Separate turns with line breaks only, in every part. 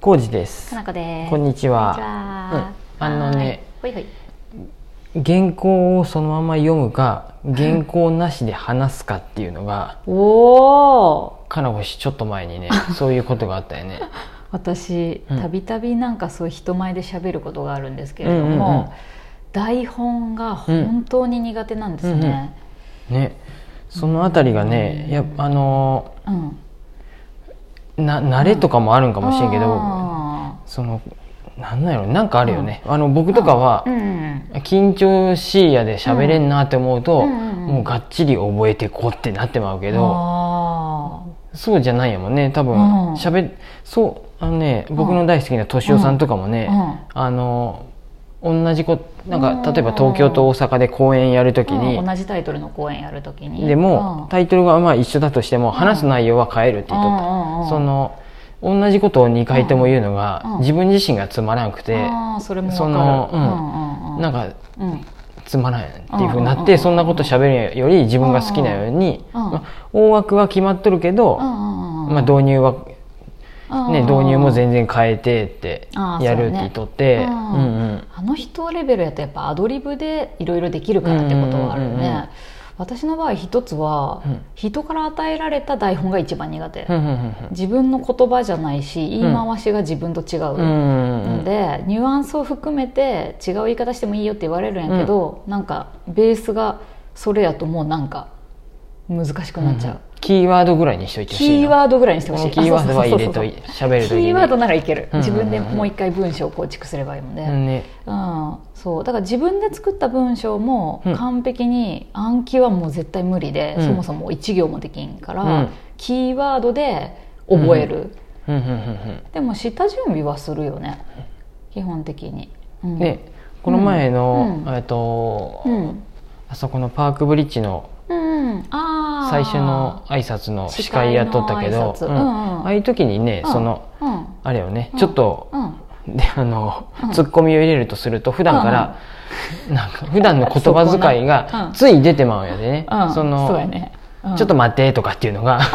浩二です
かなこです
こんにちは
こんにちは
うんあのね
はーいほいほい
原稿をそのまま読むか原稿なしで話すかっていうのが
おお
かなこ氏ちょっと前 にねそういうことがあったよね
私
うん
たびたびなんかそういう人前で喋ることがあるんですけれど
うんうんうん
も台本が本当に苦手なんですね
ねそのあたりがねやっぱあの
うん
な慣れとかもあるんかもしれんけど、
あ
そのなんなんやろなんかあるよね、あの僕とかは
ーうん
緊張しいやで喋れんなって思うと、
うんうんうんうん
もうがっちり覚えてこうってなってまうけど、
あ
そうじゃないやもんね多
うん
分喋、そうあのね僕の大好きな敏夫さんとかもね、
ー
あの同じこなん
う
か
ん
例えば東京と大阪で公演やるとき
うん
に、
うん同じタイトルの公演やるときに
でもタイトルがまあ一緒だとしても話す内容は変えるって言っとった、その同じことを2回とも言うのが、
うん
自分自身がつまらんくて、
あーそれもわかる
そのうん
うんうんうん
なんか
うん
つまらんっていうふうになっ
うんうんうんう
て
ん
そんなこと喋るより自分が好きなように
うんうん
まあ大枠は決まっとるけど
うんうんうん
まあ導入はね
うんうんうん
導入も全然変えてって
あー
やるって言っとって
そ
う
うねうん
んうん
あの人レベルやとやっぱアドリブでいろいろできるからってことはある
うんうんうんうん
ね私の場合一つは
うん
人から与えられた台本が一番苦手
ふんふんふんふん
自分の言葉じゃないし言い回しが自分と違
うん
う、
うん
でニュアンスを含めて違う言い方してもいいよって言われるんやけど、なんかベースがそれやともうなんか難しくなっちゃう、
キーワードぐらいにしといてほしい
キー
な
ワードぐらいにして
こ
ほし
の
い
キーワードは入れと
あ
い
そうそうそう
喋る
キ
ときに
ーワードならいける
うんうんうん
自分でもう一回文章を構築すればいいので、
うんね
うん、そうだから自分で作った文章も
うん
完璧に暗記はもう絶対無理で、
うん
そもそも1行もできんから、
うん
キーワードで覚える、
ふんふんふんふん
でも下準備はするよね基本的に、うん、
ねこの前の
うん
えっと
うん、
あそこのパークブリッジの
うん、あー
最初の挨拶の司会やっとったけど、
司
う
会
ん
の挨拶うんうん
ああいう時にね、
うん
その
うん
あれよね、
うん
ちょっと
うん
であの、
うん
ツッコミを入れるとすると普段から、なんか普段の言葉遣い
そこなう
が
ん
つい出てまうんやでね、
うん、
その
そうやね、うん
ちょっと待ってとかっていうのが普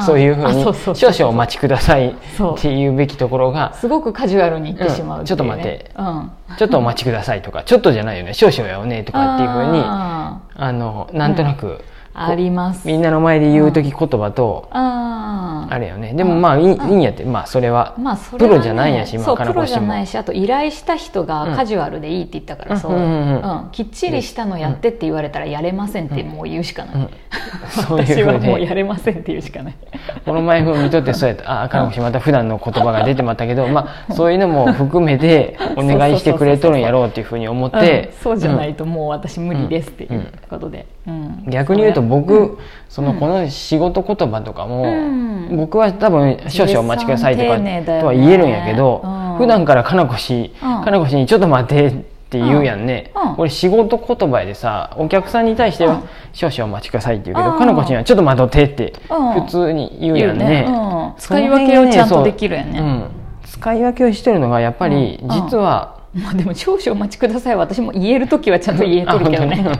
通
ー
にそういうふ
あそう
う
そう
に少々お待ちくださいっ
そう
ていうべきところが
すごくカジュアルに言ってしまう
うんち
ていうね
ょっと待て
うん、
ちょっとお待ちくださいとかちょっとじゃないよね少々やよねとかっていうふうにあ
あ
のなんとなく、こう
ーあります
みんなの前で言う時言葉と、
あー
あれよねでもまあいい,、いいんやってまあそれは,、
まあそれ
プ
はね
ロじゃないんやし今
そう
から
プ
こ
ロ
う
じ
して
ゃ
も
ないしあと依頼した人
うん
がカジュアルでいいって言ったから、
うん
そう、
うんうんうん
きっちりしたのやってって言われたらやれませんってもう言うしかない、
うん そういう
私
ふう
はもう
に
やれませんって言うしかない
この前風見とってそうやったああかんしまた普段の言葉が出てまったけどまあそういうのも含めてお願いしてくれとるんやろうっていうふうに思って、、
うんそうじゃないいともう私無理ですっていうことで、うん
逆に言うと僕、
うん
そのこの仕事言葉とかも、
うん
僕は多分少々お待ちくださいとか
丁寧だよね
とは言えるんやけど、
うん
普段からかなこし、
うん
かなこしにちょっと待てって言うやんね、
うんうん
俺仕事言葉でさお客さんに対しては少々お待ちくださいって言うけど、
うん
かなこしにはちょっと待ってって
うん
普通に言う
言
や
うんね
ね,、
うん使い分けをちゃんとできるやんね
うん使い分けをしてるのがやっぱり
うん
実 は、
まあでも少々お待ちくださいは私も言える時はちゃんと言えとるけど
あ
ね
本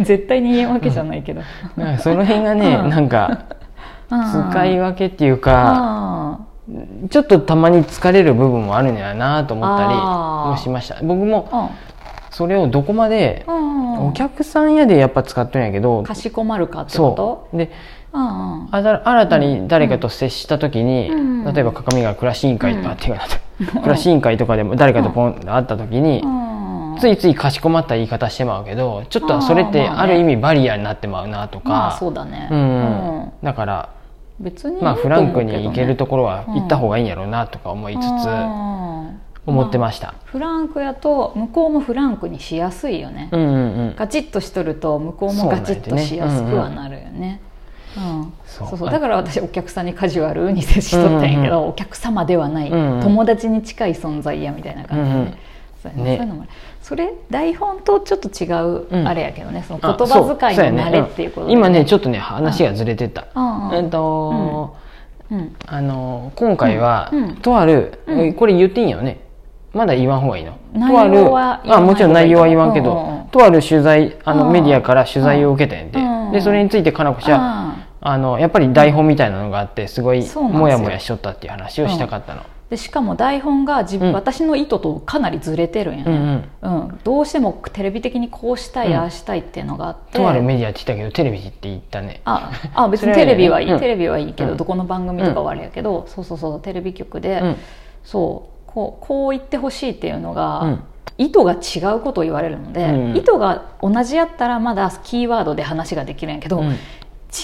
絶対に言えんわけじゃないけど、
なんかその辺がね、
うん
なんか
うん
使い分けっていうか、
あ
ちょっとたまに疲れる部分もあるんやなと思ったり
あー
もしました僕も
あ
それをどこまで
うんうん
お客さんやでやっぱ使ってるんやけど
かしこまるかってこ
そうで
とうんうん
あた新たに誰かと接した時に、
うん
例えば鏡が暮らし委員会
うん
とあっていうかな暮らし委員会とかでも誰かとポンって会った時に、
うん
ついついかしこまった言い方してまうけどちょっとそれって
あーまあ
あ
ね
る意味バリアになってまうなとか、
まあそうだね
うん
うん
だから、
別にいいと
まあ、
思う
フ
けど
ラ
ね
ンクに行けるところは行った方がいいんやろうなとか思いつつ
うん
思って
ま
ました。
あフランクやと向こうもフランクにしやすいよね
うんうんうん
ガチッとしとると向こうもガチッとしやすくはなるよねうん
そう
そうそうだから私お客さんにカジュアルに接しとったんやけど、お客様ではない、
うんうん
友達に近い存在やみたいな感じで、
うんうん
そうやね
ね
そういうのもあるそれ台本とちょっと違う、
うん
あれやけどねその言
あ
葉遣
そう
いの
そ
慣
うや
れ
ね
っていうこと
うん
で
今ねちょっとね話がずれてった、
うんうん
えっと、
うん
あの今回は、
うんうん
とある、
うん
えこれ言っていいんよねまだ言わん方がいいの
内容は
とあるあもちろん内容は言わんけど、
言わない方がいいと思ううんうん
とある取材あの、
うん
メディアから取材を受けたんやて、
うん
でそれについてかなこちゃん
あ
あのやっぱり台本みたいなのがあってすごい
そうなんですよ
モヤモヤしとったっていう話をしたかったの、
ーでしかも台本が自
う
分、
ん
私の意図とかなりずれてるんや
うんう
ね、
ん
うんどうしてもテレビ的にこうしたい、
うん
ああしたいっていうのがあって
とあるメディアって言ったけどテレビって言ったね
ああ別
それ
に
はね
テレビはいい、
うん
テレビはいいけど、
うん
どこの番組とかはあれやけど、そうそうそうテレビ局で、
うん
そうこうこう言ってほしいっていうのが、
うん
意図が違うことを言われるので、
うん
意図が同じやったらまだキーワードで話ができるんやけど、
うん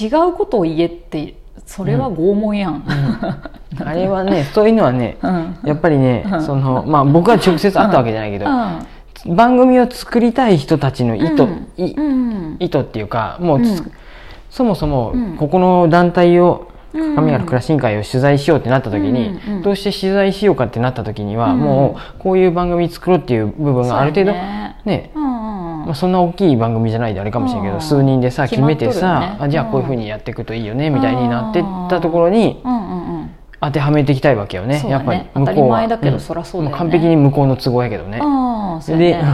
違うことを言えってそれは拷問やん、
あれはねそういうのはね
うん
やっぱりね
うん
そのまあ僕は直接会ったわけじゃないけど
うん
番組を作りたい人たちの意図
うん
い
うん
意図っていうかもうつ
うん
そもそも
うん
ここの団体を
うん
神楽クラシン会を取材しようってなった時に
うんうん
どうして取材しようかってなった時には
うん
もうこういう番組作ろうっていう部分がある程
そう
度
やね
ね
うんうんうん
まあ、そんな大きい番組じゃないであれかもしれんけ
う
ど
ん
数人でさ
決
決
まっ
め
とる
て
よね
さあじゃあ
うん
こういうふうにやっていくといいよねみたいになってったところに
うんうんうん
当てはめていきたいわけよね
そう
や
だ
っ
ね
ぱり
当たり前だけど
ん
そらそうだよね
も完璧に向こうの都合やけどね
ああそう
で
やね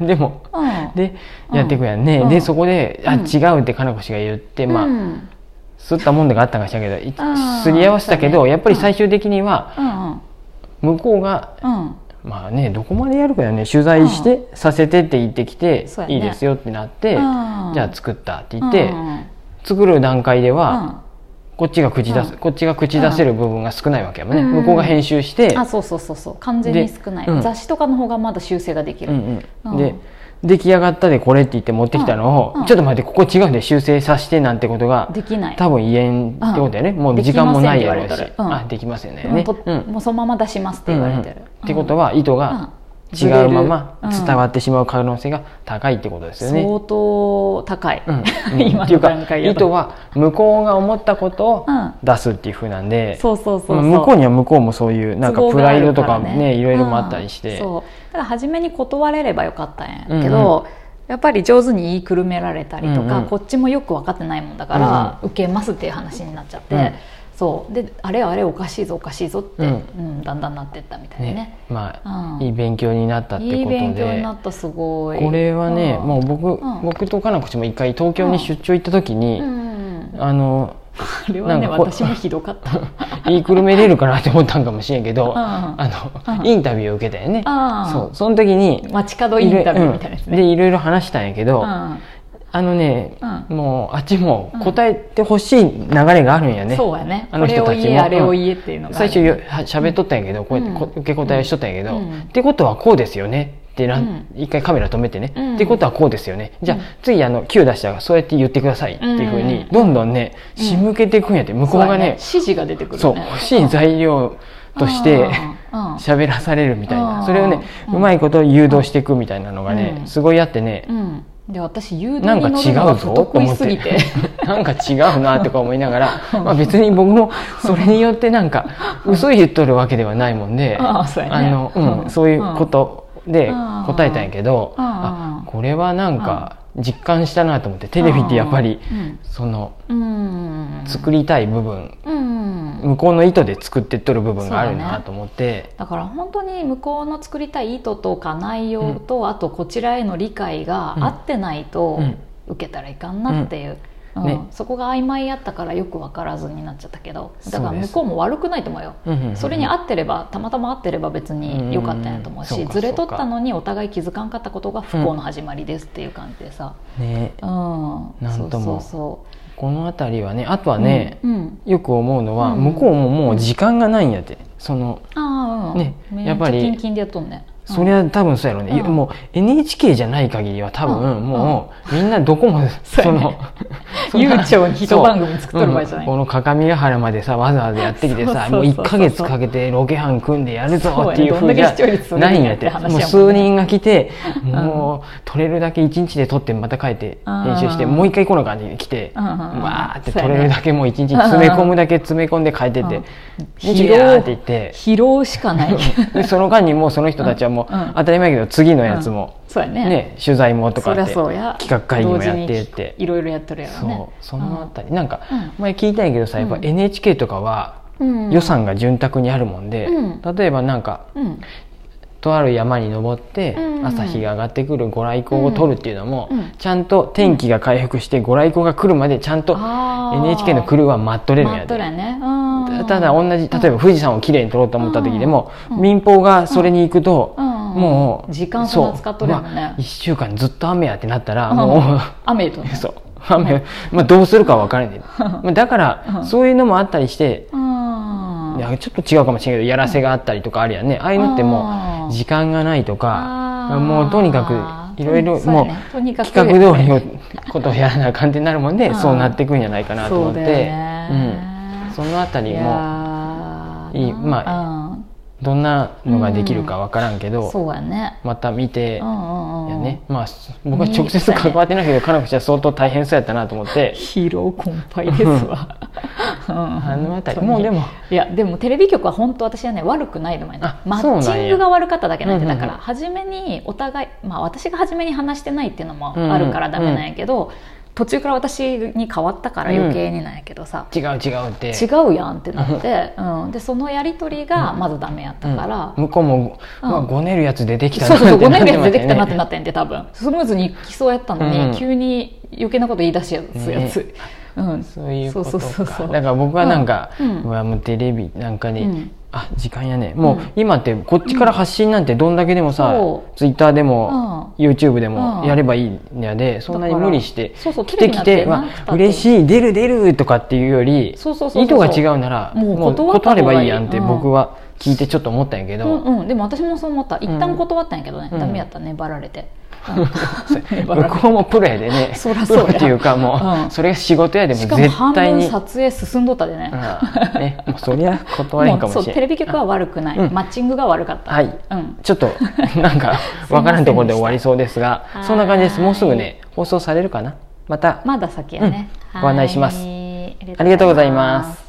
う ん
でも
うん
で
うん
やっていくやんね
うん
でそこで「あ
うん
違う」って金子氏が言ってまあ
うん
すったもんだがあったんかしらんけどい
あー
すり合わせたけ
そう
ど
だね
やっぱり最終的には
うん
向こうが
うんうん
まあねどこまでやるかよね取材してさせてって言ってきて
そうやね
いいですよってなってじ
うん
ゃあ作ったって言って
うんうん
作る段階ではこっちが口出す、
うん
こっちが口出せる部分が少ないわけやもんね、
うん
向こうが編集して、
あそうそうそうそう完全に少ない、
でうん
雑誌とかの方がまだ修正ができ
う
る、
んうん
うん
で出来上がったでこれって言って持ってきたのを、
うんうん
ちょっと待ってここ違うんで修正させてなんてことが
できない
多分言えんってことだよね、もう時間もないやろうし
できませんって言われたらう
あ
ん
できませんね、
うんと
うん
もうそのまま出しますって言われてる、
うんうんってことは意図が違うまま伝わってしまう可能性が高いってことですよね、
相当高い、
うん うん
今
ってい
の
うか
段階
意
だ
図
と
は向こうが思ったことを
うん
出すっていうふうなんで、
そうそうそうそう
まあ向こうには向こうもそういうなんか
都合
プ
が
ラ
あ
イド
る
と
ら
かねいろいろもあったりし
うん
て
そうだから初めに断れればよかったんやけ
うんう
ど、やっぱり上手に言いくるめられたりとか、
うんうん
こっちもよく分かってないもんだから、受けますっていう話になっちゃって、
うん
そうであれあれおかしいぞおかしいぞって、
う
うんんだんだんなってったみたいなね
ねまあ、
うん
いい勉強になったってことで
いい勉強になったすごい
これはね、もう僕、
ん
僕とかなこちも一回東京に出張行った時
う
に、
ん、うん、
あの
あれはね
なんかこう
私もひど かった
言いくるめれるかなって思ったんかもしれんけど、
ん
あの、
うん
インタビューを受けたよね、
うん
そうその時に
街角インタビューみたいなやつ
いろいろうん
ね、
でいろいろ話したんやけ
う
ど、
ん
あのね、
う
もうあっちも答えてほしい流れがあるんやね、
そうやね
あ
こ
の
れ
人
を
たちも
言えあれを言えっていうのがあ
最
る
初よは喋っとったんやけどこうやってこ、
うん
受け答えしとったんやけど、
うん
ってことはこうですよねってな、
うん
一回カメラ止めてね、
うん
ってことはこうですよねじゃあ、
うん
次あの Q 出したらそうやって言ってくださいっていうふうに、
うん
どんどんね仕向けていくんやって向こうがね
指示が出てくる、ね、
そう欲しい材料として
うんうん
喋らされるみたいな
うん
それをね
うん
うまいこと誘導していくみたいなのがね、
うん
すごいあってね、
うんで私誘導
な
に
んか
乗
違
る
う
のが
ぞ
不
と
得意
思っ
す
て
ぎて
なんか違うなとか思いなが ら、まあ、別に僕もそれによってなんか嘘言っとるわけではないもんで
ああそうやね
あの
う
うん、
ん
そういうことで答えたんやけど
うん
あこれはなんか実感したなと思ってテレビってやっぱりその
うん
作りたい部分
うん
向こうの意図で作ってっとる部分があるなと思って。
だから本当に向こうの作りたい意図とか内容と、あとこちらへの理解が合ってないと、
うん
受けたらいかんなっていう、
う
うんん
ね
そこが曖昧やったからよく分からずになっちゃったけどだか
そう
ら
で
向
す
こうも悪くないと思うよ
うんうんうん
それに合ってればたまたま合ってれば別に良かったんやと思う
うん
し、
うんうん
ずれとったのにお互い気づかんかったことが不幸の始まりですっていう感じでさ、
ね、
うん
なんとも
そうそう
この辺りはねあと
そ
は
う
ね、
うんうん
よく思うのは
うん
向こうももう時間がないんやってその
ああ、うん、
ね
めっちゃ
やっぱり
キンキンでやっとんね、うん
そりゃ多分そうやろうね、
うん
もう NHK じゃない限りは多
う
分
ん
もうみんなどこも
そう
そ
やね
の
悠長に一番組作っとる場合じゃない
そううんこの各務原までさわざわざやってきてさ
そうそうそうそ
もう1か
う
月かけてロケ班組んでやる
そう
ぞ
やね
っていうふうじゃ
どんだけ視聴率取
な
れ
いん
るん
や
や
っ
ってて
もう
話やもんね
数人が来て
ん
もう取れるだけ1日で取ってまた帰って編集して
うん
もう一回この感じに来て
うん
わーって
そう
取
やね
れるだけもう1日詰め込むだけ詰め込んで帰ってて「
うん
いやーって言って。
疲労しかない
でその間にもうその人たちはもう
うんうん
当たり前やけど次のやつも、
そうやね
ね、取材もとか
そり
っ
ゃ
て
そう
企
や
画会議もやってっ
同時
て
にいろいろやってるやろね
そうそのあたりなんか
うん
前聞いたんやけどさやっぱ
うん
NHK とかは
うん
予算が潤沢にあるもんで
う
例えばなんか
うん
とある山に登って
うんうん
朝日が上がってくるご来光を撮るっていうのも
うん
ちゃんと天気が回復してご来光が来るまでちゃんと
あー
NHK のクルーは待っとれるん
マ
や
ット
で
だよねうん
ただ同じ例えば富士山をきれいに撮ろうと思った時でも
うん
民放がそれに行くと
うん
もう
時間そんな使っとるよね
そうまあ1週間ずっと雨やってなったら
うん
もう
雨とね
そう雨、まあ、どうするかは分からないまあだか
う
ら
ん
そういうのもあったりして
うん
いやちょっと違うかもしれないけどやらせがあったりとかあるやんねああいうのって
あ
も
ー
う時間がないとか
あー
もうとにかくいろいろ
そう
も
や
う
ねとにかく
企画通りのことをやらなあかんってなるもん
う
で
ん
そうなっていくんじゃないかなと思っ
そうだよ
て
ね
うんそのあたり
いや
も
ー
いいま
うん
どんなのができるか分からんけど
そうやね
また見て
う
や
んうんうん
ねまあ僕は直接関わってないけど彼女は相当大変そうやったなと思って
疲労困憊ですわうん
あのあたり
本当に
もうでも
いやでもテレビ局は本当私はね悪くないの前ね
あ
マ
そうなん
ッ
や
チングが悪かっただけなんで
うんうんう
だ
ん
から初めにお互いまあ私が初めに話してないっていうのもあるからダメなんやけど途中から私に変わったから余計になんやけどさ
違う違うって
違うやんってなってうんでそのやり取りがまずダメやったから
うん向こうも
うん
まあごねるやつ出てきた
そうそうそう5年
って
月出てきたな
ま
っ
した
て
よね
なってんで多分スムーズにいきそうやったのに、
うん
急に余計なこと言い出しやつやつ、
ね
うん、
そういうことか
そうそうそうそう
だから僕はなんか、
う
うんわもうテレビなんかに、
うん
あ時間やね
う
も
ん
う今ってこっちから発信なんてどんだけでもさ、
そ
ツイッターでも、YouTube で
う
も
ん
やればいいんやでそんなに無理して
そうそう
来てき
テレビ
て
なん
わ
てなくたって
嬉しい出る出るとかっていうより
そうそうそうそう
意図が違うなら
もう断った
断
方がい
れ
い
ばいいやんって
うん
僕は聞いてちょっと思ったんやけ
う
ど、
んうんでも私もそう思った一旦
うん
断ったんやけどね、
うん
ダメやったねバラれて、 うんバ
向
ラれて
こうもプロやでね
そら
プ
そうや
ロっていうかもう、
うん
それが仕事やでも
しかも
絶
半
対
分
に、
撮影進んどったでね、
うんね、もうそりゃ断れんかもし
そ
れ
うんテレビ局は悪くない、
うん
マッチングが悪かった
はい
うん
ちょっ となんかわからんところで終わりそうですが
す
そ
いませんでした
んな感じです
はい
もうすぐね放送されるかなまた
まだ先やね、
うんご案内します
はいあ
ありがとうございます